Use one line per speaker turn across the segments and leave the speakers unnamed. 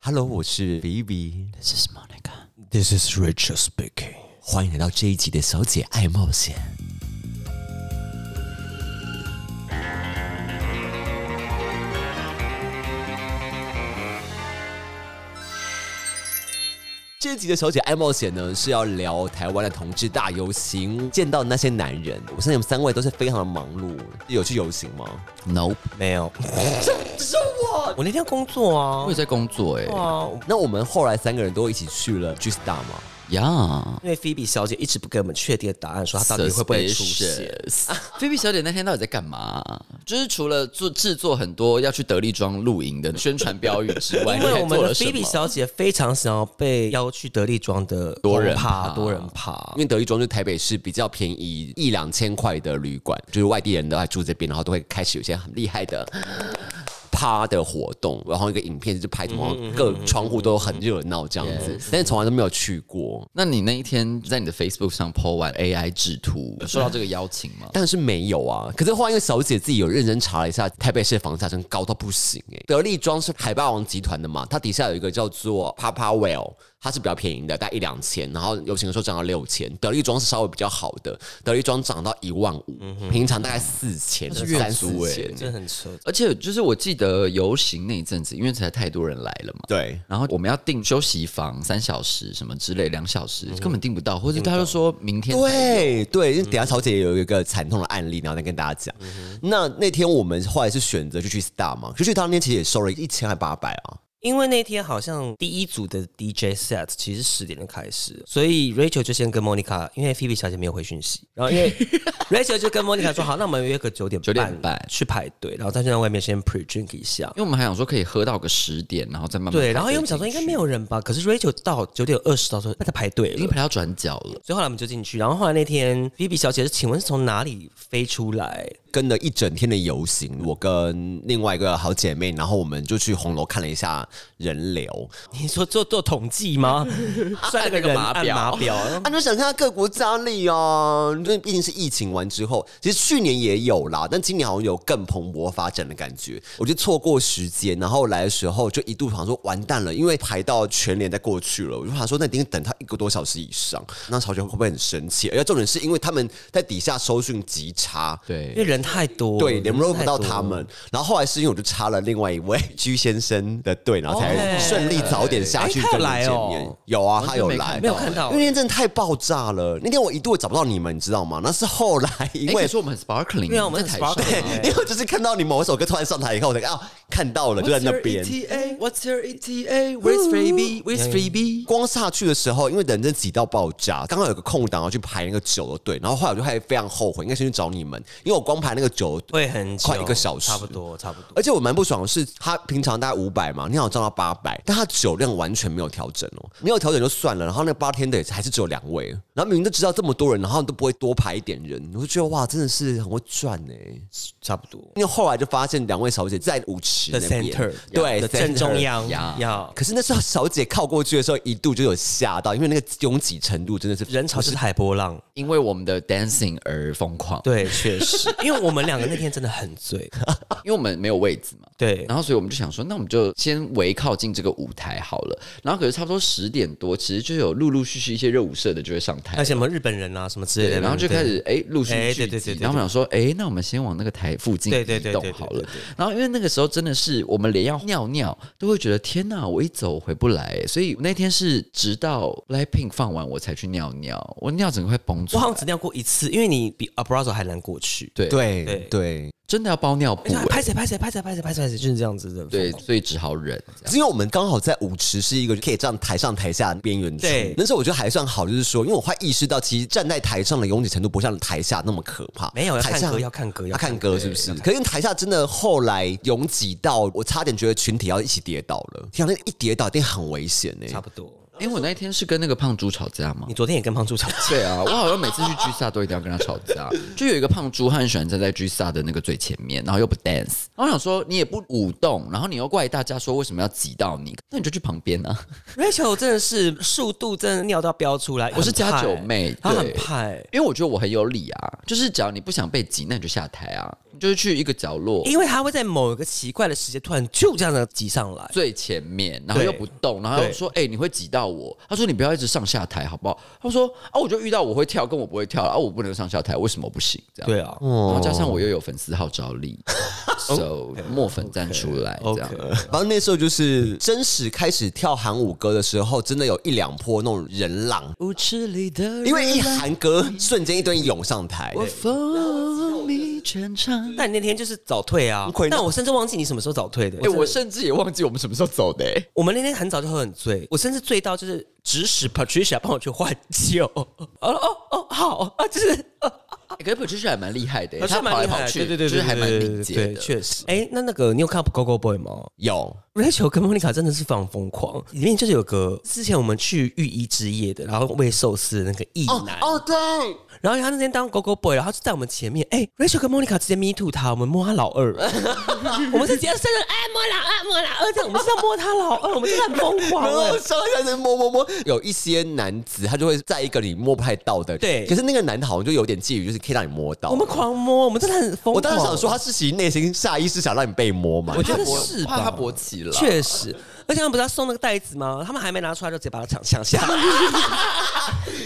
Hello，我是 Vivi，
这是 Monica。
This is Richard speaking。
欢迎来到这一集的《小姐爱冒险》。这一集的《小姐爱冒险》呢，是要聊台湾的同志大游行，见到那些男人。我相信你们三位都是非常的忙碌，有去游行吗？
Nope，
没有，
是我。
我那天工作啊
我也，在工作哎、
啊，
那我们后来三个人都一起去了 G Star 吗？
呀。
因为菲比小姐一直不给我们确定的答案，说她到底会不会出现。
菲比小姐那天到底在干嘛、就是除了做制作很多要去德利庄露营的宣传标语之外，
因
你还
为我们
做
的
了什
菲
么
比小姐非常想要被邀去德利庄的
多人
爬
趴
多人爬
因，为德裕庄就是台北市比较便宜一两千块的旅馆，就是外地人都爱住这边，然后都会开始有一些很厉害的。趴的活动，然后一个影片就是拍，然后各窗户都很热闹这样子，但是从来都没有去过，
那你那一天在你的 Facebook 上 po 完 AI 制图，有收到这个邀请 吗？
但是没有啊。可是后来因为小姐自己有认真查了一下，台北市的房价真高到不行哎、德利庄是海霸王集团的嘛，它底下有一个叫做 Papa Well，它是比较便宜的，大概一两千，然后有行的时候涨到六千，德利庄是稍微比较好的，德利庄涨到一万五，平常大概四千，
嗯是月
三
租
四
欸
千，
真的很扯。
而且就是我记得游行那一阵子，因为实在太多人来了嘛，
对，
然后我们要订休息房三小时什么之类，两小时
嗯
根本订不到，或者他就说明天才
对对，因为等一下曹姐有一个惨痛的案例，然后再跟大家讲。
嗯
那那天我们后来是选择就去 Star 嘛，就去当天其实也收了一千还八百啊。
因为那天好像第一组的 DJ set 其实十点就开始，所以 Rachel 就先跟 Monica，因为 Phoebe 小姐没有回讯息，然后 因为 Rachel 就跟 Monica 说好，那我们约个九点
9点半
去排队，然后她就在外面先 pre drink 一下
因。为我们还想说可以喝到个十点，然后再慢慢
对，
排
然后因为我们想说应该没有人吧，可是 Rachel 到九点二十到时候她在排队
已经
了。
排到转角了。
所以后来我们就进去，然后后来那天 B B 小姐是请问是从哪里飞出 来？
跟了一整天的游行，我跟另外一个好姐妹，然后我们就去红楼看了一下人流。
你说做做统 计吗？算那个人
按
按
那个
码
码
表，
啊，你就想看看各国佳丽啊，这毕竟是疫情完之后，其实去年也有啦，但今年好像有更蓬勃发展的感觉。我就错过时间，然后来的时候就一度想说完蛋了，因为排到全年再过去了，我就想说那一定等他一个多小时以上，那曹姐会不会很生气？而且重点是因为他们在底下收讯极差，
因为
对，
人太多，
对，联
人
络不
太
到
多
他们。然后后来是因为我就插了另外一位居先生的队，然后才
OK
顺利早点下去
哦哎他有
跟你
来
见
哦
面。有啊，
完
他
全
有
没
来
看
没，有看到
因为那天真的太爆炸了。那天我一度找不到你们，你知道吗？那是后来因
因为
哎
为。
说我们很 sparkling，
对啊我们很
在台上
sparkling
因为我就是看到你某一首歌突然上台以后，我才啊看到了，就在那
E
边。嗯
What's your ETA? Where's Freebie? Where's Freebie?
光下去的时候，因为人真挤到爆炸，刚好有个空档要去排那个酒的队，然后后来我就还非常后悔，应该先去找你们，因为我光排那个酒队
会很久，
快一个小时哎
差不多，差不多。
而且我蛮不爽的是，他平常大概五百嘛，你好像涨到八百，但他酒量完全没有调整哦，没有调整就算了，然后那个 bartender 也是还是只有两位，然后明明都知道这么多人，然后你都不会多排一点人，你会觉得哇，真的是很会赚哎、
差不多
因为后来就发现两位小姐在舞池
的
那边
center
对
的正中。
center
央
呀
要
可是那时候小姐靠过去的时候，一度就有吓到，因为那个拥挤程度真的是
人潮是海波浪，
因为我们的 dancing 而疯狂，
对，确实，因为我们两个那天真的很 醉，
因为我们没有位置嘛。
对，
然后，所以我们就想说，那我们就先围靠近这个舞台好了。然后，可是差不多十点多，其实就有陆陆续续一些热舞社的就会上台
还有，什么日本人啊什么之类
对，
的，
然后就
对
开始哎陆续
哎
聚
对对
集
对对
然后我们想说，哎，那我们先往那个台附近
对
移
对对
动
对对
好
对
了。然后因为那个时候真的是我们连要尿尿都会觉得天哪，我一走回不来，所以那天是直到 Blackpink 放完我才去尿尿，我尿整个快崩出
我好
来
像，只尿过一次，因为你比 Abrazo 还难过去。
对，
对
对
对，
真的要包尿布
哎，
哎
拍谁拍谁拍谁拍谁拍谁拍谁，就是这样子的。
对，，所以只好忍。这样
因为我们刚好在舞池是一个可以站台上台下的边缘处
对，
那时候我觉得还算好，就是说，因为我会意识到，其实站在台上的拥挤程度不像台下那么可怕。
没有要
台
看
下
歌，要看歌，
要
要
看歌是不是？可是台下真的后来拥挤到，我差点觉得群体要一起跌倒了。天啊，那一跌倒一定很危险欸呢、
差不多。
因哎为我那一天是跟那个胖猪吵架 嘛
你。昨天也跟胖猪吵架，
对啊，我好像每次去 G 萨都一定要跟他吵架。就有一个胖猪，他很喜欢站在 G 萨的那个最前面，然后又不 dance。然后我想说，你也不舞动，然后你又怪大家说为什么要挤到你，那你就去旁边啊。
Rachel 真的是速度真的尿到飙出来，
我是
很怕
家
欸
九妹
她很
对
怕欸。
因为我觉得我很有理啊，就是只要你不想被挤，那你就下台啊。就是去一个角落
因为他会在某一个奇怪的时间突然就这样的挤上来。
最前面，然后
对
又不动，然后又说：“哎、你会挤到我。”他说：“你不要一直上下台，好不好？”他说：“啊，我就遇到我会跳，跟我不会跳啊，我不能上下台，为什么不行？”这样。
对啊，
然后加上我又有粉丝号召力，so 墨粉站出来这样。
然后那时候就是真实开始跳韩舞歌的时候，真的有一两波那种人浪，
舞池里的人
因为一韩歌瞬间一堆人涌上台。
我风靡全场。
但你那天就是早退啊
愧，
但我甚至忘记你什么时候早退的。
哎、我甚至也忘记我们什么时候走的、哎
我们那天很早就喝很醉，我甚至醉到就是指使 Patricia 帮我去换酒。 哦哦哦，好啊，就是
欸可是 Patricia 还蛮厉害的、欸，
还
他
是
跑
蛮
来
厉害
跑
的，
去，
对对对，
就是还蛮
对对
敏捷
对
的。
确实。哎，那那个你有看《Go Go Boy》吗
有，
？Rachel 跟 Monica 真的是放疯狂，里面就是有个之前我们去御医之夜的，然后喂寿司的那个异男哦，对，然后他那天当 Go Go Boy，然后就在我们前面，哎，Rachel 跟 Monica 直接 me too 他，我们摸他老 二，我们是直接伸着哎摸老二摸老二这样，我们是要摸他老二，我们真的很疯狂
然
哎
后上来开始摸摸摸，有一些男子他就会在一个你摸不太到的，
对
可是那个男的好像就有点介于，就是可以让你摸到。
我们狂摸，我们真的很疯狂。
我当时想说，，他是其实内心下意识想让你被摸嘛
我。觉
他
得
勃
是
怕
吧
他勃起了，
确实，而且他们不是要送那个袋子吗？他们还没拿出来就直接把它抢抢下来。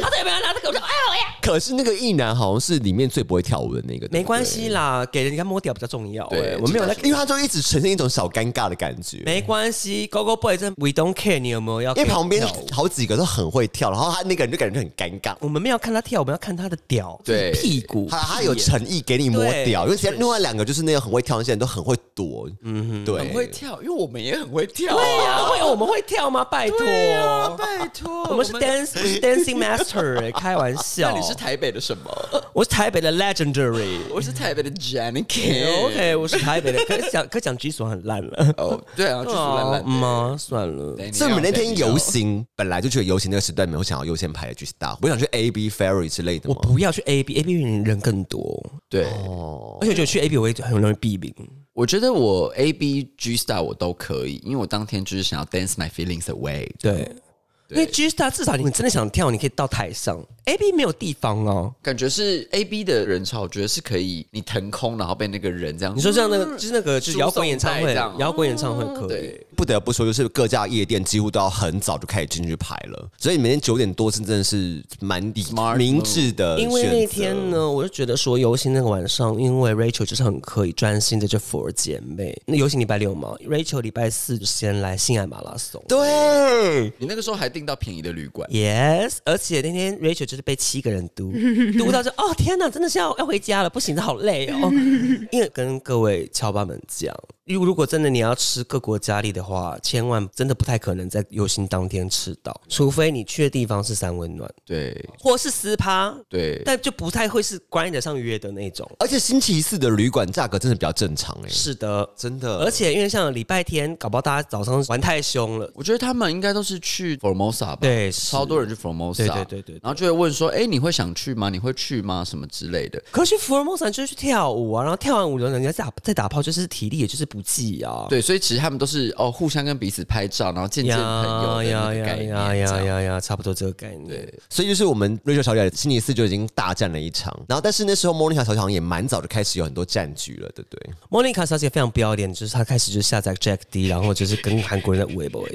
他再也没有拿这个，我就哎呦呀，
可是那个异男好像是里面最不会跳舞的那个，
没关系啦，给人家摸屌比较重要、
对
哎，我没有在
系，因为他就一直呈现一种小尴尬的感觉。
没关系，Go Go Boy 真的 We don't care 你有没有要
因
给
为旁边
跳舞
好几个都很会跳，然后他那个人就感觉很尴尬。
我们没有看他跳，我们要看他的屌，
对
屁股。
他他有诚意给你摸屌，因为其他另外两个就是那个很会跳，那些人都很会躲。嗯哼，对，
很会跳，因为我们也很会跳、啊
对呀、会哦我们会跳吗？拜托，
对啊，拜托，
我们是 dance 不是 dancing master，、哎，开玩
那
笑。
你是台北的什么？
我是台北的 legendary。
我是台北的 Jenny K。
OK，我是台北的，可是讲可是讲 G 所很烂了。
哦，对啊，就是烂烂的。
吗？算了。
所以我们那天游行本来就觉得游行那个时段没有想要优先排的就是大，不想去 A B Ferry 之类的
我
嘛。
不要去 A B A B 人更多，
对，
哦，
而且我觉得去 A B 我会很容易避名。
我觉得我 A B G Star 我都可以，因为我当天就是想要 dance my feelings away。
嗯对，因为 G Star 至少你真的想跳，你可以到台上，A B 没有地方哦。
感觉是 A B 的人潮，我觉得是可以你腾空，然后被那个人这样。
你说像那个就是那个就是摇滚演唱
输送带
会，
这样
摇滚演唱会可以。
对，
不得不说，就是各家夜店几乎都要很早就开始进去排了，所以每天九点多是真的是蛮理
Smart 嗯
明智的选
因
择。
为那天呢，我就觉得说游行那个晚上，因为 Rachel 就是很可以专心的就 for 姐妹。那游行礼拜六嘛，Rachel 礼拜四就先来性爱马拉松。
对，
你那个时候还订到便宜的旅 馆，
Yes，而且那天 Rachel 就是被七个人 嘟嘟到就哦天哪，真的是要要回家了，不行，好累 哦。因为跟各位侨巴们讲，如如果真的你要吃各国佳丽的话，千万真的不太可能在游行当天吃到，除非你去的地方是三温暖
对
或是私趴，
对，
但就不太会是关得上约的那种。
而且星期四的旅馆价格真的比较正常哎、
是的，
真的，
而且因为像礼拜天，搞不好大家早上玩太凶了，
我觉得他们应该都是去 Formosa 吧，
对是
超多人去 Formosa，
对对对对
然后就会问说，哎，你会想去吗？你会去吗？什么之类的。
可是福尔摩斯就是去跳舞啊，然后跳完舞然后人家再打再打炮，就是体力也就是不济啊。
对，所以其实他们都是哦，互相跟彼此拍照，然后见见朋友的那个概念。
呀
这
呀
样
呀呀，差不多这个概念。对，
所以就是我们瑞秋小姐星期四就已经大战了一场，然后但是那时候莫妮卡小姐好像也蛮早就开始有很多战局了，对不对？
莫妮卡小姐非常不要脸，就是她开始就下载 Jack D，然后就是跟韩国人在微博，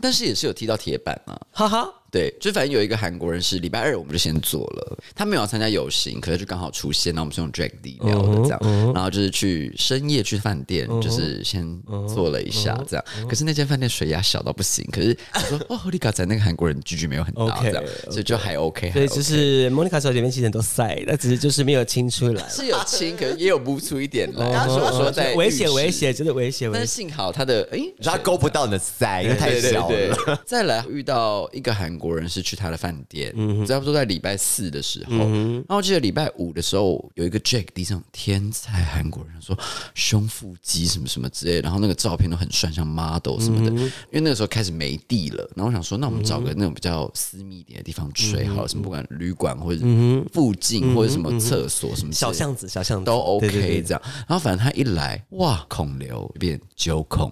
但是也是有踢到铁板啊。
哈哈。
对，就反正有一个韩国人是礼拜二我们就先做了，他没有参加游行，可是就刚好出现，那我们是用 drag D
嗯
聊的这样，然后就是去深夜去饭店，就是先
嗯
做了一下这样，可是那间饭店水压小到不行，可是我说哦 Holy God，在那个韩国人居居没有很大
OK，
这样，所以就还 OK，
所
还
以就
OK。
是莫妮卡小姐面其实很多赛，那只是就是没有清出来。
是有亲，可是也有不出一点来。然后我 说在
哦危
浴
险
室
危，险，真的危险
但
危
是
险。
幸好他的诶，
然后她勾不到你的腮，因为太小了。
对对 对再来遇到一个韩国人是去他的饭店，差不多在礼拜四的时候，然后我记得礼拜五的时候有一个 Jack 地上天才韩国人说胸腹肌什么什么之类的，然后那个照片都很帅，像 model 什么的。嗯因为那个时候开始没地了，然后我想说，那我们找个那种比较私密一点的地方吹好了，什么不管旅馆或者是附近或者什么厕所什么之类
小
的
巷子，小巷子
都 OK
对对对
这样。然后反正他一来，哇，孔刘变九孔，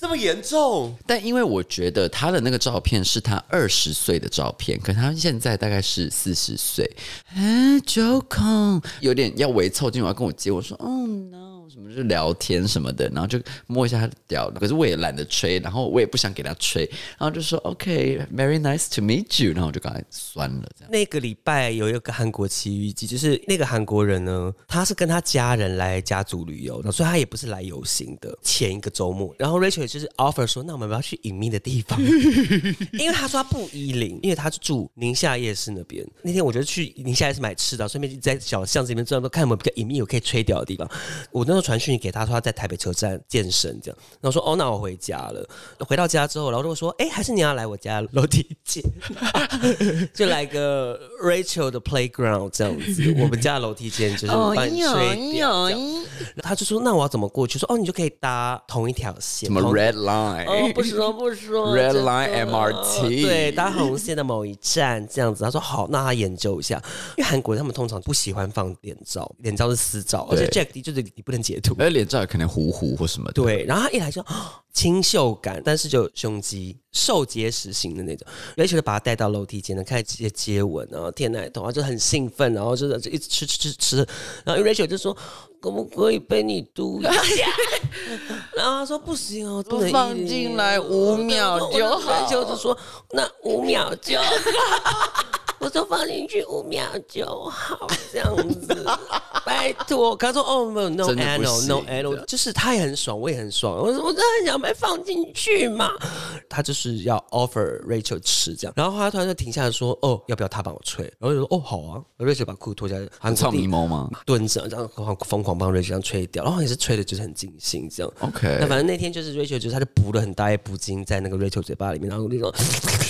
这么严重？
但因为我觉得他的那个照片是他二十岁的照片，可他现在大概是四十岁，
啊
哎，九孔有点要围凑近我要跟我接，我说哦 no 什么就聊天什么的，然后就摸一下他的屌，可是我也懒得吹，然后我也不想给他吹，然后就说 OK，very、nice to meet you，然后我就刚才酸了 这样。
那个礼拜有一个韩国奇遇记，就是那个韩国人呢，他是跟他家人来家族旅游，所以他也不是来游行的。前一个周末，然后 Rachel 就是 offer 说，那我们要不要去隐秘的地方，因为他说他不依林，因为他住宁夏夜市那边。那天我觉得去宁夏夜市买吃的，顺便在小巷子里面转转，看有没有比较隐秘、有可以吹屌的地方。我那时候传讯给他说他在台北车站健身这样，然后说哦，那我回家了。回到家之后，然后如果说哎，还是你要来我家楼梯见。 就来个 Rachel 的 playground 这样子，我们家的楼梯间就是帮你吹掉这样。他就说：“那我要怎么过去？”说：“哦，你就可以搭同一条线，
什么
同
red line？、
哦，不说不 说
Red
真的
Line MRT
对，搭红线的某一站这样子。他说好，那他研究一下，因为韩国人他们通常不喜欢放脸照，脸照是私照，而且 Jack D 就是你不能截图。
而脸照也可能糊糊或什么的。
对，然后他一来就啊清秀感，但是就胸肌瘦结实型的那种，而且就把他带到楼梯间呢，开始接接吻啊，舔奶头啊，就很兴奋，然后就是就一直吃吃吃吃，然后 Rachel 就说可不可以被你嘟一下？然后他说不行哦，不能一
放进来五秒就好
Rachel 就说那五秒就好， 我说放进去五秒就好，这样 子，拜托。他说哦没有 no
真的不
no
行
no L，就是他也很爽，我也很爽。我说我真的很想被放进去嘛。他就是要 offer Rachel 吃这样，然后他突然就停下来说：“哦，要不要他帮我吹？”然后就说：“哦，好啊。” Rachel 把裤脱下来，韩国
操
弟
你猫吗？
蹲着，然后疯狂帮 Rachel 这样吹掉，然后也是吹的就是很尽兴这样。
OK
那反正那天就是 Rachel 就是他就补了很大一补精在那个 Rachel 嘴巴里面，然后我就说：“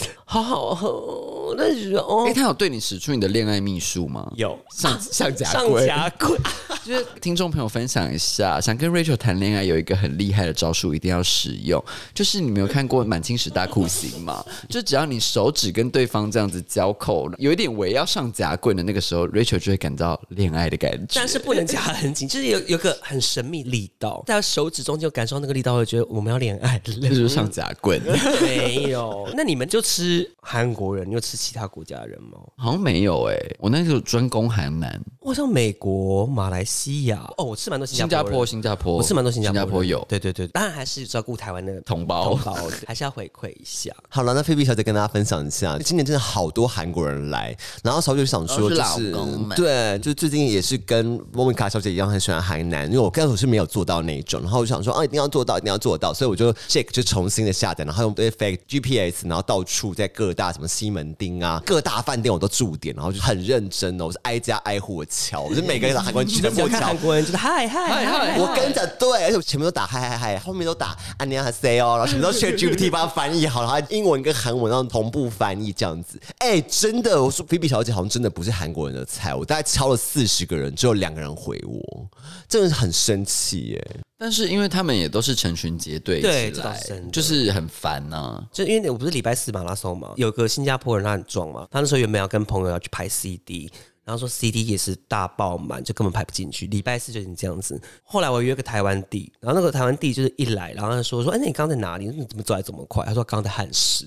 好好喝。”那时候
哎、他有对你使出你的恋爱秘术吗？
有
上上夹
上
龟，
夹 棍。
就是听众朋友分享一下，想跟 Rachel 谈恋爱有一个很厉害的招数，一定要使用，就是你没有看过《满清十大酷刑》吗？就只要你手指跟对方这样子交扣，有一点围要上夹棍的那个时候，Rachel 就会感到恋爱的感觉。
但是不能夹很紧，就是有有个很神秘力道，在手指中间有感受到那个力道，我觉得我们要恋爱
那就
了。
是上夹棍，
嗯没有， 那你们就吃韩国人，你有吃其他国家的人吗？
好像没有哎、我那时候专攻韩南、
我好像美国、马来西亚，哦，我吃蛮多新
新
加
加
坡
坡、
人，
新加坡，
我吃蛮多新加坡人
有
对对对，当然还是照顾台湾的
同胞
同胞，还是要回馈一下。
好了，那菲比小姐跟大家分享一下，今年真的好多韩国人来，然后小姐就想说，
嗯哦都是
就
老
是
公们
对，就最近也是跟莫妮卡小姐一样很喜欢韩南，因为我刚开始是没有做到那一种，然后我想说啊，一定要做到，一定要做到，所以我就 Jake 就重新的下载，然后用 Effect GPS，然后到处在各大什么西门町啊，各大饭店我都驻点，然后就很认真哦，我是挨家挨户的敲，我是每个韩国人去的
我
过
看
敲
韩。国人就是嗨嗨 嗨，
我跟着对，而且我前面都打嗨嗨嗨，后面都打安妮亚 say 哦，然后全部都 c h GPT 帮他翻译好，然后英文跟韩文然后同步翻译这样子。哎、真的，我说菲比小姐好像真的不是韩国人的菜，我大概敲了四十个人，只有两个人回我，真的很生气耶、
但是因为他们也都是成群结队
对
一起
这倒
来
是真的
就是很烦啊呐、
就因为我不是礼拜四马拉松嘛，有个新加坡人他很壮嘛，他那时候原本要跟朋友要去拍 CD，然后说 CD 也是大爆满，就根本排不进去。礼拜四就已经这样子。后来我约个台湾弟，然后那个台湾弟就是一来，然后他说说，哎、那你刚刚在哪里？你怎么走来这么快？他说刚刚在汉室。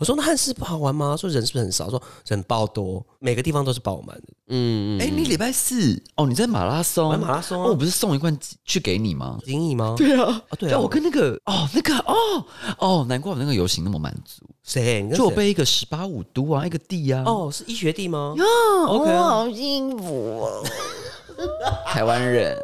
我说那汉室不好玩吗？说人是不是很少？说人爆多，每个地方都是爆满的。
哎、你礼拜四哦，你在马拉松？
我在马拉松啊
哦，我不是送一罐鸡去给你吗？
林毅吗？
对啊，
对啊
但我跟那个哦，那个哦哦，难怪我那个游行那么满足，
谁？你跟
就我
谁
被一个十八五度啊，一个地啊，
哦，啊是医学弟吗？
，OK，好哦幸福哦， 台湾人，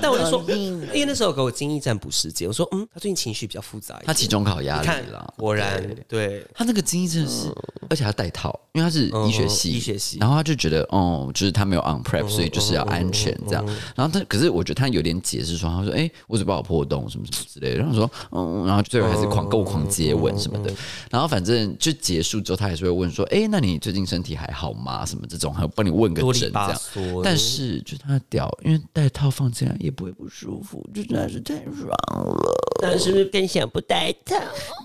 但我就说，因为那时候给我精益占卜时间，我说嗯，他最近情绪比较复杂一点。
他期中考压
你看
力啦，，
果然对。
他那个精益真的是，而且他带套，因为他是医学系，
嗯嗯嗯医学系嗯
然后他就觉得，哦，就是他没有 on prep，所以就是要安全这样。然后他，可是我觉得他有点解释说，他说，哎，我嘴巴有破洞什么什么之类的。然后我说，嗯，然后最后还是狂跟我狂接吻什
嗯
么的。然后反正就结束之后，他还是会问说，哎，那你最近身体还好吗？什么这种，还有帮你问个
啰里
诊这
吧
样
嗦。
但是就他的屌，因为带套放进来也不会不舒服，就真的是太爽了。哦
但是不是更想不带套？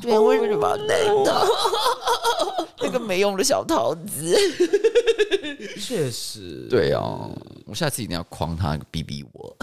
对，为什么要带套？ 那个没用的小桃子。
确实，
对啊，我下次一定要框他逼逼我。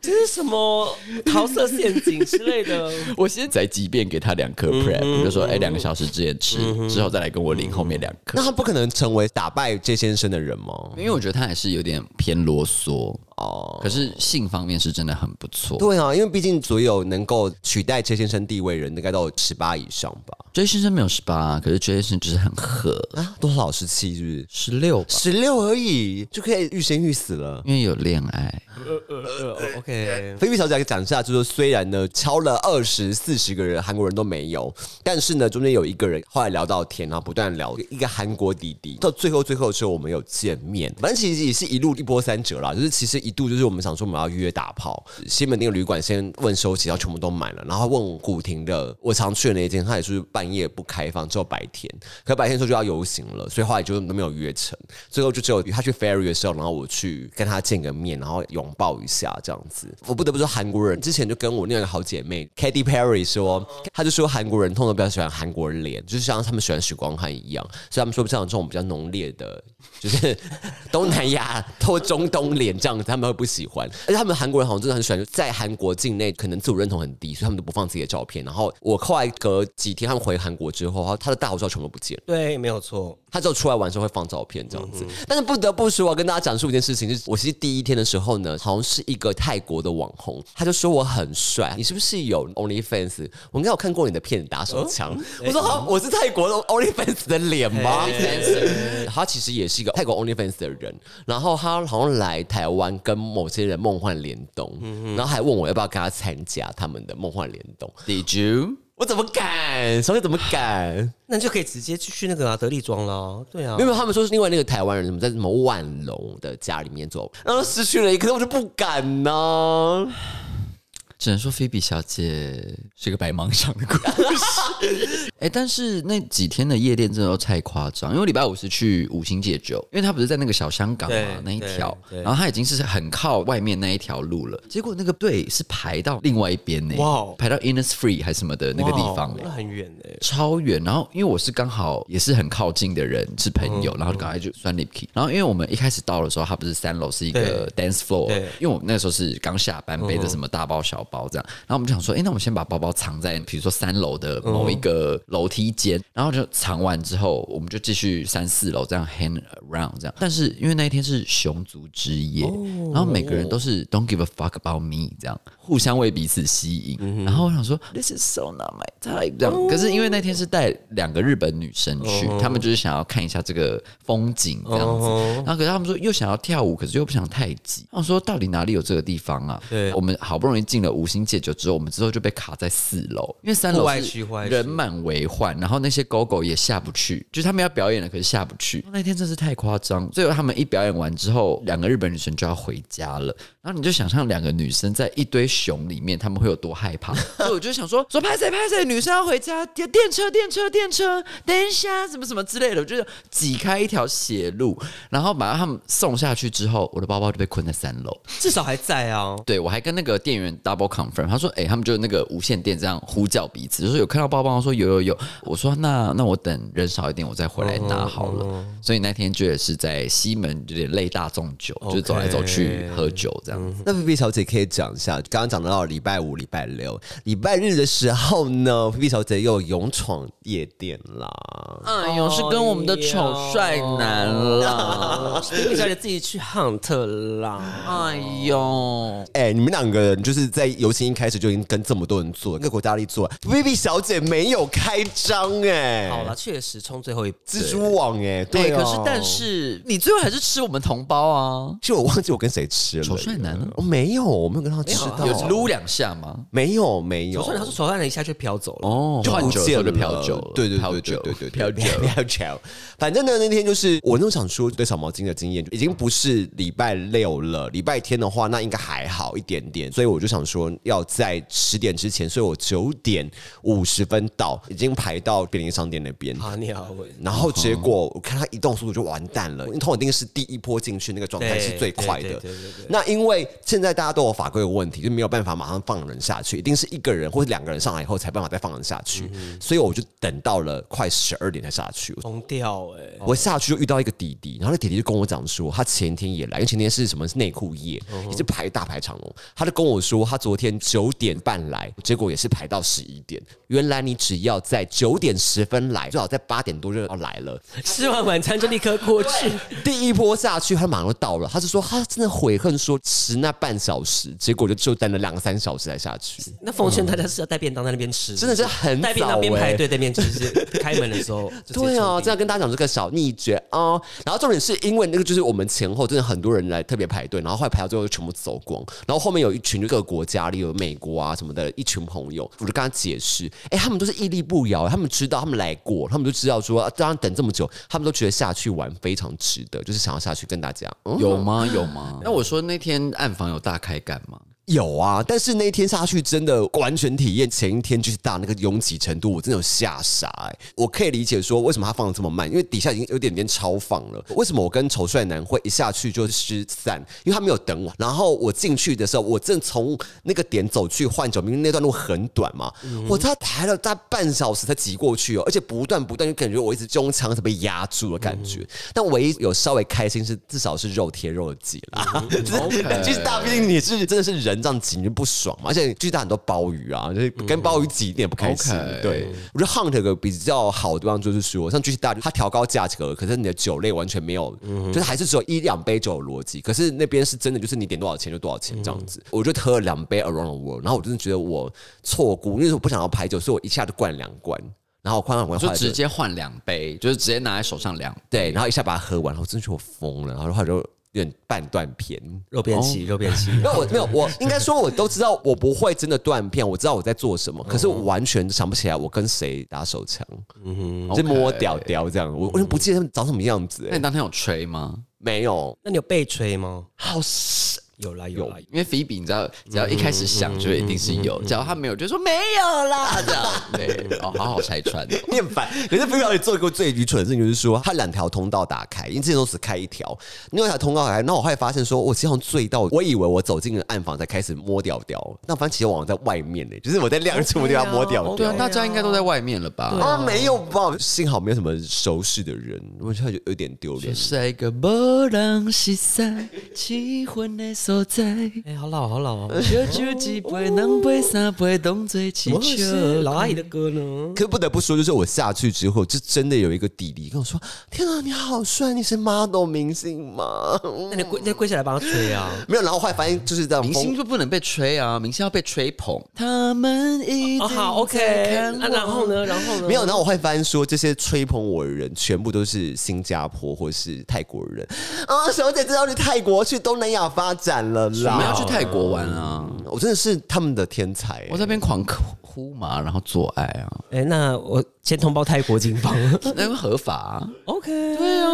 这是什么桃色陷阱之类的？
我先再几遍给他两颗 prep，、我就说哎，两、个小时之前吃，之后再来跟我领后面两颗
那。他不可能成为打败这先生的人吗？
因为我觉得他还是有点偏啰嗦，
哦，
可是性方面是真的很不错。
对啊，因为毕竟所有能够取代这先生地位的人，大概都有十八以上吧。
J 先生没有十八，啊可是 J 先生就是很合，
啊，多少十七是不是？
十六吧，
十六而已就可以欲仙欲死了。
因为有恋爱。
呃，OK，
菲菲小姐讲一下，就是说虽然呢敲了二十四十个人，韩国人都没有，但是呢中间有一个人后来聊到天，然后不断聊一个韩国弟弟，到最后最后的时候我们有见面，反正其实也是一路一波三折啦，就是其实一度就是我们想说我们要约打炮，西门那个旅馆先问收集，然后全部都满了，然后问古亭的我常去的那一间，他也是半夜不开放，只有白天，可白天的时候就要游行了，所以后来就都没有约成，最后就只有他去 ferry 的时候，然后我去跟他见个面，然后拥抱一下这样子。我不得不说，韩国人之前就跟我另外一个好姐妹 Katy Perry 说，她就说韩国人通常比较喜欢韩国脸，就是像他们喜欢许光汉一样，所以他们说像这种比较浓烈的，就是 东南亚或中东脸这样子，他们会不喜欢。而且他们韩国人好像真的很喜欢，在韩国境内可能自我认同很低，所以他们都不放自己的照片。然后我后来隔几天他们回韩国之后，他的大头照全部不见了。
对，没有错。
他只有出来玩的时候会放照片这样子。但是不得不说，我跟大家讲述一件事情，就是我其实第一天的时候呢，好像是一个泰国的网红，他就说我很帅，你是不是有 OnlyFans？我应该有看过你的片打手枪。我说好，我是泰国的 OnlyFans 的脸吗？他其实也是一个泰国 OnlyFans 的人，然后他好像来台湾跟某些人梦幻联动，然后还问我要不要跟他参加他们的梦幻联动。
Did you？
我怎么敢？小姐怎么敢？
那你就可以直接去去那个啊德利庄了。对啊
没，有，没有他们说是另外那个台湾人什么在什么万隆的家里面走，然后失去了一个，可是我就不敢呢、
只能说菲比小姐是个白忙上的故事。 哎、但是那几天的夜店真的都太夸张，因为礼拜五是去五星戒酒，因为他不是在那个小香港嘛
对
那一条，
对对
然后他已经是很靠外面那一条路了，结果那个队是排到另外一边呢、
哇哦
排到 Innisfree 还是什么的那个地方欸
哇
呢、
那很远哎。
超远，然后因为我是刚好也是很靠近的人，是朋
嗯
友，然后刚才就酸 Lipkey，然后因为我们一开始到的时候，它不是三楼是一个 dance floor，
对
因为我那时候是刚下班，背着什么大包小包这样，然后我们就想说，哎，那我们先把包包藏在比如说三楼的某一
嗯
个楼梯间，然后就藏完之后，我们就继续三四楼这样 hang around 这样，但是因为那一天是熊族之夜，
哦
然后每个人都是 don't give a fuck about me 这样，互相为彼此吸
嗯
引，然后我想说 this is so not my type 这样，可是因为那天是带两个日本女生去，
哦
她们就是想要看一下这个风景这样子，
哦
然后可是她们说又想要跳舞，可是又不想太挤，我说到底哪里有这个地方啊？
对
我们好不容易进了五星戒酒之后，我们之后就被卡在四楼，因为三
户
楼
外
是
区户外区
人满为患，然后那些狗狗也下不去，就是他们要表演了，可是下不去。那天真是太夸张，最后他们一表演完之后，两个日本女生就要回家了。然后你就想象两个女生在一堆熊里面，他们会有多害怕？所以我就想说，说拍谁拍谁，女生要回家，电电车电车电车，等一下什么什么之类的，我就是挤开一条血路，然后把他们送下去之后，我的包包就被困在三楼。
至少还在啊。
对我还跟那个店员 double confirm，他说，哎、他们就那个无线电这样呼叫彼此，就是有看到包包吗，说有有有，我说那那我等人少一点，我再回来拿好了。
哦
所以那天就也是在西门有点累大众酒，就是走来走去喝酒这样 子。
那 P P 小姐可以讲一下，刚刚讲到礼拜五、礼拜六、礼拜日的时候呢，P P 小姐又勇闯夜店啦。
哎呦，是跟我们的丑帅男了，
啊你小姐自己去 hunt
哦
啦。
哎呦。
哎、你们两个人就是在游行一开始就已经跟这么多人做，各国大力做，V V 小姐没有开张哎、
好了，确实冲最后一
蜘蛛网哎、
对，
对、哦
可是但是你最后还是吃我们同胞啊，
其实我忘记我跟谁吃了，
丑帅男啊
哦，没有，我没有跟他吃到，
有撸两下吗？
没有没有，
手上，他说手上了一下就飘走了。
哦，
就
换
不
酒的时
见
候
了，
就飘酒了，
对对
飘
对对
酒
对对，
飘酒，
飘酒。反正呢，那天就是我那种想说对小毛巾的经验，已经不是礼拜六了，礼拜天的话那应该还好一点点，所以我就想说要在十点之前，所以我九点五十分到，已经经排到便利商店那边。
啊，你好稳。
然后结
嗯
果我看他移动速度就完蛋了，因为通往定是第一波进去那个状态是最快
对
的
对对对对。
那因为现在大家都有法规的问题，就没有办法马上放人下去，一定是一个人或者两个人上来以后才办法再放人下
嗯
去。所以我就等到了快十二点才下去。
疯掉哎、
我下去就遇到一个弟弟，然后那弟弟就跟我讲说，他前天也来，因为前天是什么内裤夜，
嗯
也是排大排长龙。他就跟我说，他昨天九点半来，结果也是排到十一点。原来你只要在九点十分来，最好在八点多就要来了。
吃完晚餐就立刻过去，
第一波下去，他马上就到了。他就说他真的悔恨，说迟那半小时，结果就就等了两个三小时才下去，
那奉劝大家是要带便当在那边吃，
真的是很
带便
早
当边排
欸
队在那边吃，是开门的时候就直接出
对哦，
去
这样跟大家讲这个小秘诀哦。然后重点是因为那个就是我们前后真的很多人来特别排队，然后后来排到最后就全部走光，然后后面有一群就各国家里有美国啊什么的一群朋友，我就跟他解释，哎，他们都是屹立不摇，他们知道他们来过，他们就知道说，啊当然等这么久，他们都觉得下去玩非常值得，就是想要下去跟大家。嗯，
有吗？有吗？那我说那天暗房有大开干吗？
有啊，但是那一天下去真的完全体验前一天就是大那个拥挤程度，我真的有吓傻哎、我可以理解说为什么他放的这么慢，因为底下已经有点点超放了。为什么我跟丑帅男会一下去就失散？因为他没有等我。然后我进去的时候，我正从那个点走去换酒，明明那段路很短嘛，
嗯
我他排了大概半小时才挤过去哦，而且不断不断就感觉我一直胸腔是被压住的感
嗯
觉。但唯一有稍微开心是至少是肉贴肉的挤啦，
嗯 OK
就是大毕竟你是真的是人这样挤，你就不爽嘛。而且巨大很多鲍鱼啊，就是跟鲍鱼挤一点也不开心。
嗯 OK
对，我觉得 Hunt 有个比较好的地方就是说，像巨大它调高价格，可是你的酒类完全没有，就是还是只有一两杯酒的逻辑。可是那边是真的，就是你点多少钱就多少钱这样子。我就喝了两杯 Around the World，然后我真的觉得我错估，因为我不想要排酒，所以我一下就灌两罐，然后我灌两罐
就
后来
直接换两杯，就是直接拿在手上两
对，然后一下把它喝完，然后我真的觉得我疯了，然后后来就有点半断片。
肉便器，肉便器。
没有，我没有，我应该说我都知道，我不会真的断片，我知道我在做什么，可是我完全想不起来我跟谁打手枪，
嗯
就摸屌。屌这样，我我就不记得他们长什么样子、
那
欸
你当天有吹吗？
没有，
那你有被吹吗？
好深
有啦有啦，
因为菲比，你知道，只要一开
嗯
始想就一定是有，只要他没有就说没有啦，这 样对，哦，好好拆 穿哦。
面板。可是不要你做过最愚蠢的事情，就是说他两条通道打开，因为之前都只开一条，另外一条通道打开，那我后来发现说，我其实好像醉到，我以为我走进了暗房才开始摸屌屌，那反正其实我好像在外面呢、欸就是我在亮处的地方摸屌
对
屌
啊，。大家应该都在外面了 吧？
啊，没有吧？幸好没有什么熟识的人，我觉得有有点丢脸。
是一个无人识在气氛的所在，
哎、好老好老啊！
烧酒一杯、两杯、三杯，当作气
我是老阿姨的歌呢。
可不得不说，就是我下去之后，就真的有一个弟弟跟我说：“天啊，你好帅，你是 model 明星吗 ？”
哎那你跪，再跪下来帮他吹啊！
没有，然后后来发现就是这样，
明
疯
星就不能被吹啊，明星要被吹捧。他们一
哦，好，OK、啊。然后呢？然后呢？
没有，然后我会发现说，这些吹捧我的人全部都是新加坡或是泰国人啊，小姐知道去泰国去东南亚发展了
我们要
啦。
去泰国玩啊！
我真的是他们的天才、欸
我在那边狂呼嘛，然后做爱 啊，
哎、那我先通报泰国警方。
那个合法、啊。
OK，
对啊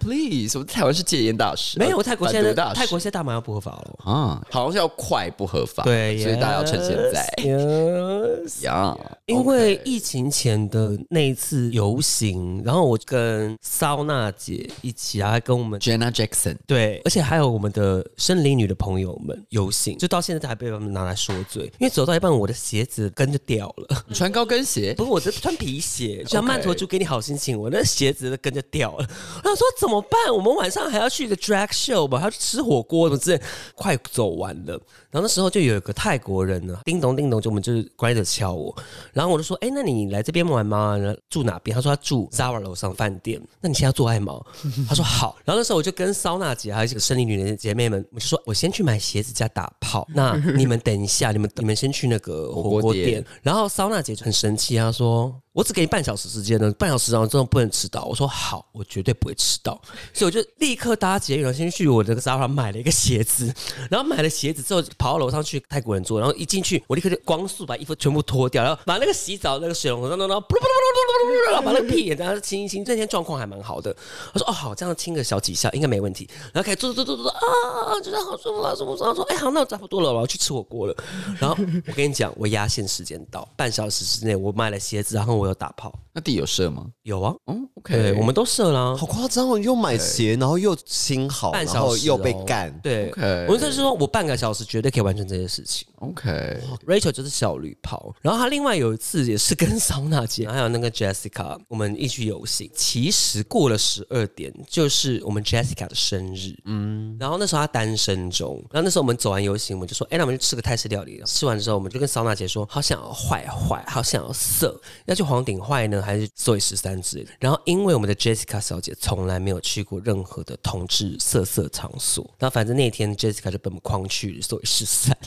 ，Please，我们台湾是戒烟大使，
没有
呃
泰国
反
现
毒
在
大使
泰国现在大麻要不合法了。
啊，好像是要快不合法，
对，
啊所以大家要趁现在
yes，yes
呀。
因为疫情前的那一次游行，然后我跟骚娜姐一起啊，还跟我们
Jenna Jackson，
对，而且还有我们的森林女的朋友们游行，就到现在还被他们拿来说嘴，因为走到一半我的鞋子跟着掉了。
你穿高跟鞋
不是，我是穿皮鞋，就像曼陀珠给你好心情，我那鞋子都跟着掉了。 我想说怎么办？我们晚上还要去一个 drag show 吧，还要去吃火锅什么之类，快走完了。然后那时候就有一个泰国人呢，叮咚叮咚，就我们就是乖着敲我，然后我就说，哎、那你来这边玩吗？然后住哪边？他说他住 Zara 楼上饭店。 那你现在要做爱吗？他说好。然后那时候我就跟骚娜姐还有几个生理女的姐妹们，我就说我先去买鞋子加打炮，那你们等一下，你们你们先去那个火
火锅
锅
店
店。然后骚娜姐就很生气，她说：“我只给你半小时时间了，半小时然后真的不能迟到。”我说：“好，我绝对不会迟到。”所以我就立刻搭捷运，然后先去我这个 Zara 买了一个鞋子， 然后买了鞋子之后跑到楼上去泰国人做，然后一进去我立刻就光速把衣服全部脱掉，然后把那个洗澡那个水龙头咚咚咚，噗噜噗噜噗噜噗噜然后把那个屁眼这样亲一亲，那天状况还蛮好的。我说哦好，这样亲个小几下应该没问题。然后开始做做做做做啊，觉得好舒服啊，舒服舒服。说哎好，那我差不多了，我要去吃火锅了。然后我跟你讲，我压线时间到，半小时之内我买了鞋子，然后我有打炮，
那弟有射吗？
有啊，
嗯，OK，
对，我们都射啦，
好夸张哦！你又买鞋，然后又亲好，
半
然
小
后
时
又被
哦
干，
对
OK
我就是说我半个小时绝对可以完成这些事情。
OK，
Rachel 就是小绿袍，然后她另外有一次也是跟 桑娜姐还有那个 Jessica，我们一起游行。其实过了十二点，就是我们 Jessica 的生日，嗯，然后那时候她单身中，然后那时候我们走完游行，我们就说，哎，那我们去吃个泰式料理。吃完之后，我们就跟桑娜姐说，好想要坏坏，好想要色，要去黄顶坏呢，还是所以十三之类的。然后因为我们的 Jessica 小姐从来没有去过任何的同志色色场所，那反正那天 Jessica 就被我们框去所以十三。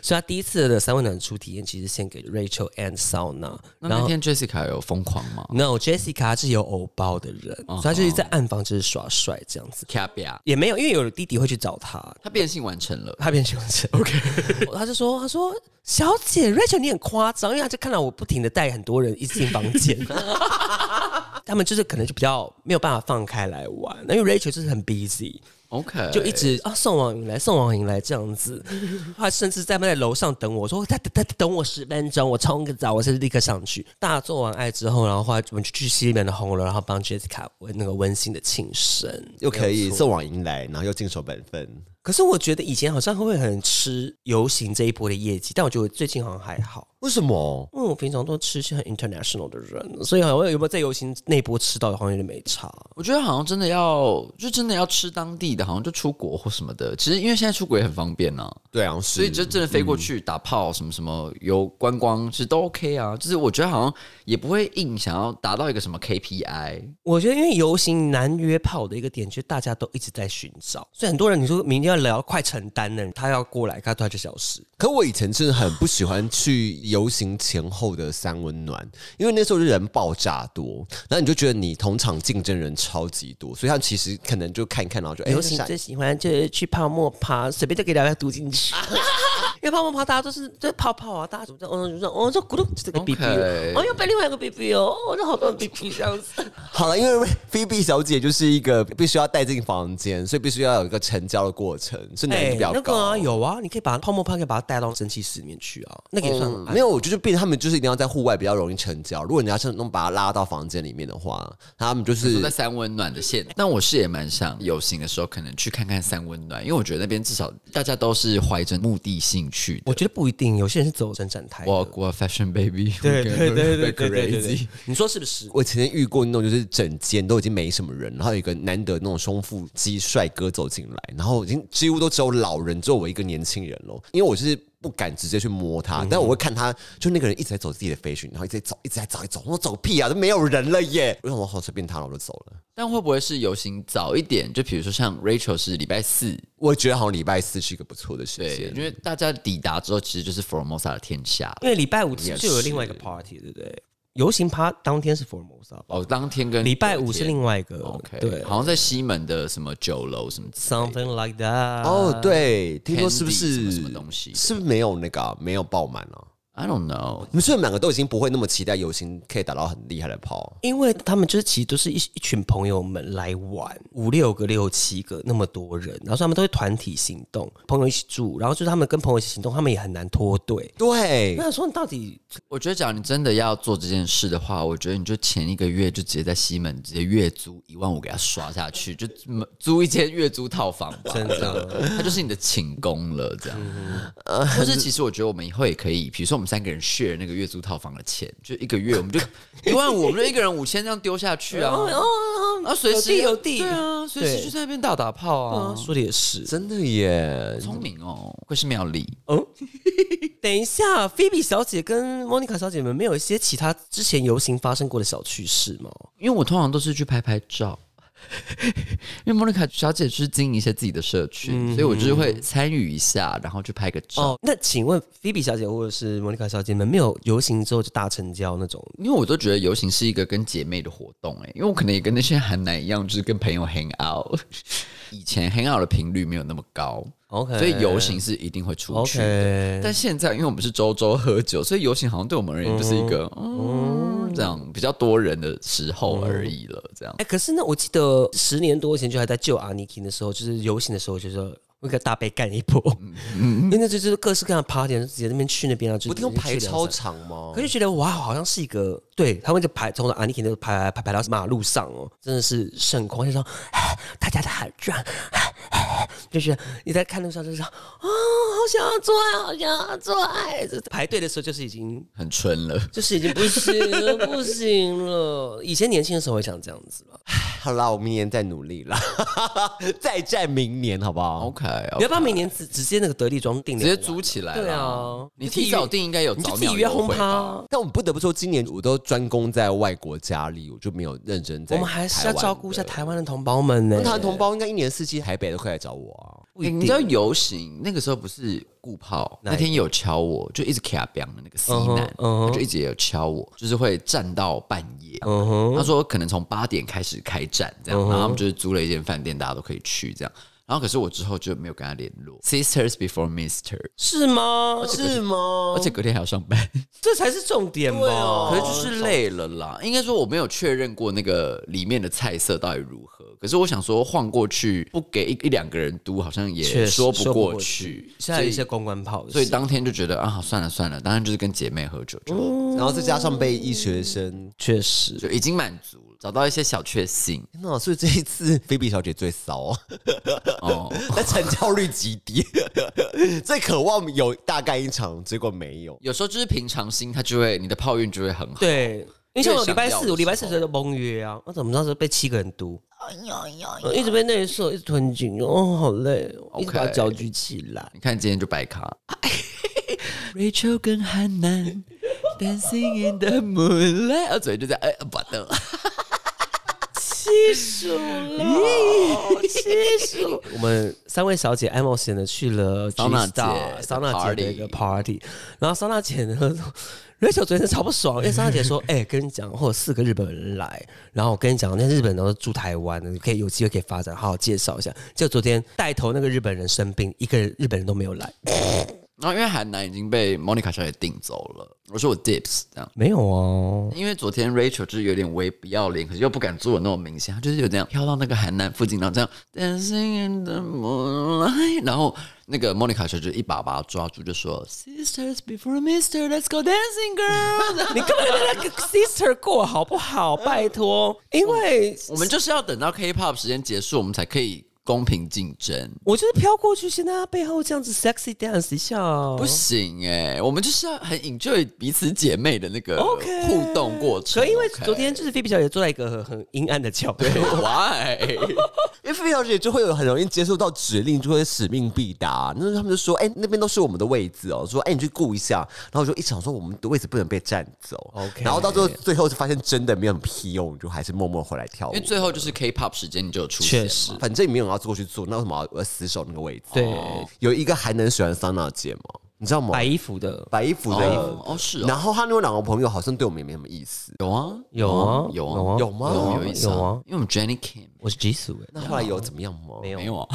所以他第一次的三温暖初体验，其实献给 Rachel and Sauna。
那
然
那
后
天 Jessica 有疯狂吗？
No Jessica 是有偶包的人，所以他就是在暗房就是耍帅这样子，
卡比亚，
也没有，因为有弟弟会去找他，
他变性完成了。
他变熊神。OK，他 就说：“他说小姐 Rachel 你很夸张，因为他就看到我不停的带很多人一起进房间。”他们就是可能就比较没有办法放开来玩，那因为 Rachel 就是很 busy，
OK，
就一直啊送往迎来，送往迎来这样子。他甚至在在楼上等我说他他等我十分钟，我冲个澡，我是立刻上去。大家做完爱之后，然后后来我们就去西里面的红楼，然后帮 Jessica 温那个温馨的庆生。
又可以
没有错
送往迎来，然后又尽守本分。
可是我觉得以前好像会很吃游行这一波的业绩，但我觉得最近好像还好。
为什么？
因为我平常都吃一些很 international 的人，所以好像有没有在游行那波吃到的，好像有点没差。
我觉得好像真的要，就真的要吃当地的，好像就出国或什么的。其实因为现在出国也很方便啊，
对啊，所
所以就真的飞过
嗯
去打炮什么什么，有观光其实都 OK 啊。就是我觉得好像也不会硬想要达到一个什么 KPI，
我觉得，因为游行难约炮的一个点，就是大家都一直在寻找，所以很多人你说明天要聊快成单了，他要过来，他突然就消失。
可我以前真的很不喜欢去游行前后的三温暖，因为那时候人爆炸多，然后你就觉得你同场竞争人超级多，所以他其实可能就看一看，然后就哎，
游
那
行
下
最喜欢就是去泡沫趴，随便就给大家读 进去。因为泡沫趴大家都是这泡泡啊，大家怎么在哦就这样哦就咕噜这个
OK
BB，哦哦又被另外一个 BB 哦，哦这好多 BB 这样子。
好了，因为菲比小姐就是一个必须要带进房间，所以必须要有一个成交的过程，所以难度比较高。
哎那个啊有啊，你可以把泡沫趴可以把它带到蒸汽室里面去啊，那个也算
嗯没有，我就是变，他们就是一定要在户外比较容易成交。如果你要是能把他拉到房间里面的话，他们就
都在
是
三温暖的线。但我是也蛮想有行的时候，可能去看看三温暖，因为我觉得那边至少大家都是怀着目的性去的
我。觉得不一定，有些人是走伸展台的。
我我 fashion baby，
对对对对对
crazy
对对对，你说是不是？
我前天遇过那种，就是整间都已经没什么人，然后有一个难得那种胸腹肌帅哥走进来，然后已经几乎都只有老人，只有我一个年轻人咯。因为我就是不敢直接去摸他，但我会看他，就那个人一直在走自己的飞讯，然后一直在走，一直在走，一直在走，我说走个屁啊，都没有人了耶！我想我好随便他了，我就走了。
但会不会是游行早一点？就比如说像 Rachel 是礼拜四，
我觉得好像礼拜四是一个不错的时
对，
间
因。为大家抵达之后，其实就是 Formosa 的天下。
因为礼拜五其实就有另外一个 party，对不对？游行趴当天是 Formosa，吧
哦，当天跟
礼拜五
隔
是
天
另外一个
OK，
对
好像在西门的什么酒楼什么之类的
，something like that。
哦，，对，听说是不
Candy 什
是
么什么东西
是不是没有那个啊、没有爆满啊？
，I don't know。
你们是不是两个都已经不会那么期待友情可以打到很厉害的炮？
因为他们就是其实都是一一群朋友们来玩，五六个、六七个那么多人，然后他们都会团体行动，朋友一起住，然后就是他们跟朋友一起行动，他们也很难脱队。
对，
那说你到底
我觉得，假如你真的要做这件事的话，我觉得你就前一个月就直接在西门直接月租一万五给他刷下去，就租一间月租套房吧，
真的嗯
它就是你的寝宫了，这样。
呃
或是其实我觉得我们以后也可以，比如说我们三个人 share 那个月租套房的钱，就一个月我们就一万五，我们就一个人五千这样丢下去 啊，然后随时
哦有地有地
对啊，随时
对哦
就在那边大打炮啊，
说的也是。
真的耶！
聪明哦，会是妙丽。
等一下，菲比小姐跟莫妮卡小姐们没有一些其他之前游行发生过的小趣事吗？
因为我通常都是去拍拍照。 因为莫妮卡小姐是经营一些自己的社区，所以我就是会参与一下，然后去拍个照。
嗯哦，那请问菲比小姐或者是莫妮卡小姐们没有游行之后就大成交那种？
因为我都觉得游行是一个跟姐妹的活动、欸，因为我可能也跟那些韩男一样，就是跟朋友 hang out。以 前 hang out 的频率没有那么高
OK
所以游行是一定会出去的。
哎 OK，
但现在因为我们是周周喝酒，所以游行好像对我们而言就是一个，嗯，这样比较多人的时候而已了，这样
哎、。可是呢，我记得十年多前就还在救阿尼金的时候，就是游行的时候，就说。我给大杯干一波，因为那就是各式各样的 party，就直接那边去那边啊，就
不用排超
超
长吗
可？就觉得哇，好像是一个对他们就排从阿尼肯就排排排到马路上哦，真的是盛况，就说哎大家在喊转，哎哎就是你在看路上就说啊、好想要做爱，好想要做爱。这排队的时候就是已经
很春了，
就是已经不行了，不行了。以前年轻的时候会想这样子吧？
好啦，我明年再努力啦， 再战明年好不好？
OK，
你要不要每年直直接那个得力庄定
直接租起来啦。
对啊
你
就自己
提早订应该有
你就
早
自己
鸟
约
优
轰
惠
趴
吧。
啊。
但我不得不说，今年我都专攻在外国家里，我就没有认真在台
我
湾的。
们还是要照顾一下台湾的同胞们呢、
那台湾同胞，应该一年四季台北都快来找我啊。
不一
欸
定
你知道游行那个时候不是顾炮那天有敲我，就一直卡表的那个 C 男，
嗯哼
他就一直有敲我，就是会站到半夜。
嗯哼，嗯
他说可能从八点开始开战这样，然后他们就是租了一间饭店，大家都可以去这样。然后可是我之后就没有跟他联络，Sisters before Mister，
是吗？
是吗
哦
而？且隔天还要上班，
这才是重点吧？
可是就是累了啦。应该说我没有确认过那个里面的菜色到底如何，可是我想说晃过去不给一一两个人嘟，好像
确
也
实
说
说
不
不
过
过
去。
现在有一些公关炮，
所以当天就觉得啊，算了算了，当然就是跟姐妹喝酒就、
嗯
然后再加上被医学生，
确实
就已经满足了，找到一些小确 幸
天哪！所以这一次菲比小姐最骚，
哦。
那成交率极低， 最渴望有大干一场，结果没有。
有时候就是平常心，他就会你的泡运就会很好。
对。因为像我礼拜
越想要的时
四，
候
我礼拜四的时候崩约啊，我怎么知道是被七个人毒？
哎
呃一直被内射，一直吞进，哦，好累哦，一直把
OK
脚举起来。
你看今天就白 卡。Rachel 跟韩南 Dancing in the Moonlight，啊嘴就在哎，不的，
七数了，七数。我们三位小姐爱冒险的去了
桑娜
G Star
姐
桑娜姐的
party
一个 party，然后桑娜姐呢，Rachel 昨天超不爽， 因为桑娜姐说：“哎、跟你讲，会有四个日本人来，然后我跟你讲，那日本人都是住台湾的，你可以有机会可以发展，好好介绍一下。”结果昨天带头那个日本人生病，一个人日本人都没有来，
然后因为韩南已经被 Monica 小姐订走了，我说我 dips 这样。
没有哦。
因为昨天 Rachel 就是有点微不要脸，可是又不敢做的那种明显，她就是有这样飘到那个韩南附近，然后这样 dancing in the moonlight，然后那个 Monica 小姐就一把把她抓住，就说 Sisters before Mister, let's go dancing, girl。
你根本就跟那个 sister 过好不好？拜托，因为
我们就是要等到 K-pop 时间结束，我们才可以公平竞争。
我就是飘过去，现在他背后这样子 sexy dance 一下、哦，
不行哎、我们就是要很 enjoy 彼此姐妹的那个
OK
互动过程。
可因为
OK
昨天就是菲比小姐坐在一个很很阴暗的角落，
why
因为菲比小姐就会有很容易接受到指令，就会使命必达。那他们就说：“哎、那边都是我们的位置哦，说哎、你去顾一下。”然后我就一想说，我们的位置不能被占走。
OK
然后到最后最后就发现真的没有屁用，就还是默默回来跳舞
因为。最后就是 K-pop 时间，你就有出现
确
嘛。
实
反正也没有人要过去做，那为什么要死守那个位置？
对
有一个还能喜欢桑娜姐吗？你知道吗？
白衣服的
白衣服的，
哦哦是哦，
然后她另外两个朋友好像对我们也没什么意思。
有啊
有啊
有
有啊
啊
有吗
有啊有意思
有
啊
啊，
因为我们 Jenny Kim
我是 Jisoo，欸
那后来有怎么样吗？没有。
没有啊，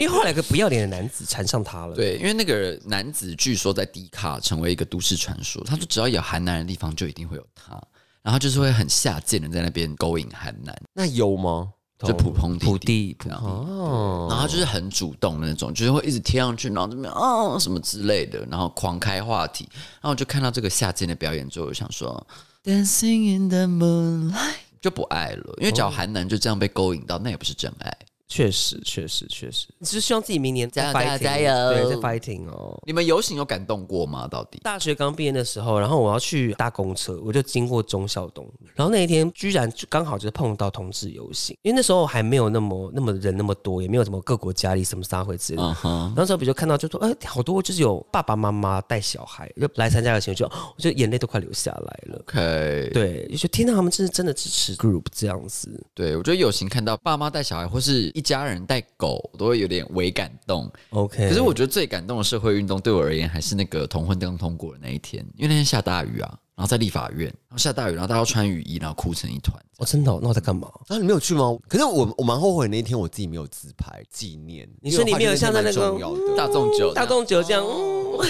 因为后来有个不要脸的男子缠上她了，，
对，因为那个男子据说在低卡成为一个都市传说，他说只要有韩男的地方就一定会有他，然后就是会很下贱的在那边勾引韩男，
那有吗？
就普通弟
土
弟。
地普
哦，
然后他就是很主动的那种，就是会一直贴上去，然后这边哦什么之类的，然后狂开话题。然后我就看到这个下贱的表演之后，我就想说，Dancing in the moonlight 就不爱了，因为只要韩男就这样被勾引到，那也不是真爱。
确实确实确实，只是希望自己明年再
加油
fighting，
加油
对，在 fighting 哦。
你们游行有感动过吗？到底？
大学刚毕业的时候，然后我要去搭公车，我就经过忠孝东路，然后那一天居然就刚好就是碰到同志游行，因为那时候还没有那么那么人那么多，也没有什么各国家里什么撒会之类的，
嗯哼，
那时候比如看到就说，哎、好多就是有爸爸妈妈带小孩就来参加的行，我就哦我就眼泪都快流下来了。
OK，
对，就觉得天哪，他们真是真的支持 group 这样子，
对，我觉得友情看到爸妈带小孩或是一家人带狗，我都会有点微感动。
OK。
可是我觉得最感动的社会运动，对我而言还是那个同婚刚通过的那一天，因为那天下大雨啊，然然后在立法院，然后下大雨，然后大家都穿雨衣，然后哭成一团。
哦，真的哦、那我在干嘛？
啊，你没有去吗？可是我我蛮后悔那一天我自己没有自拍纪念。
你说你没有像在那个
因
嗯
为我发现那天蛮重 要的
大众酒，
大众酒这样，嗯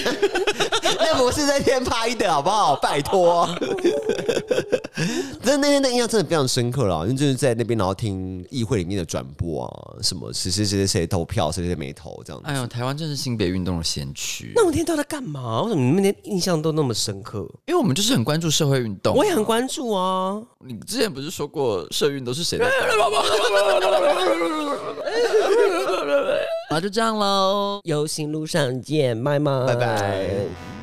那不哎是那天拍的，好不好？拜托。 但那天的印象真的非常深刻啦，因为就是在那边，然后听议会里面的转播啊，什么谁谁谁谁谁投票，谁谁谁没投这样子。
哎呦，台湾真是新北运动的先驱，
那我那天到底在干嘛？为什么你们那天印象都那么深刻？
因为我们就是很关注社会运动。
我也很关注啊，
你之前不是说过社运都是谁的？那就这样喽。
哦游行路上见，拜拜，
拜拜。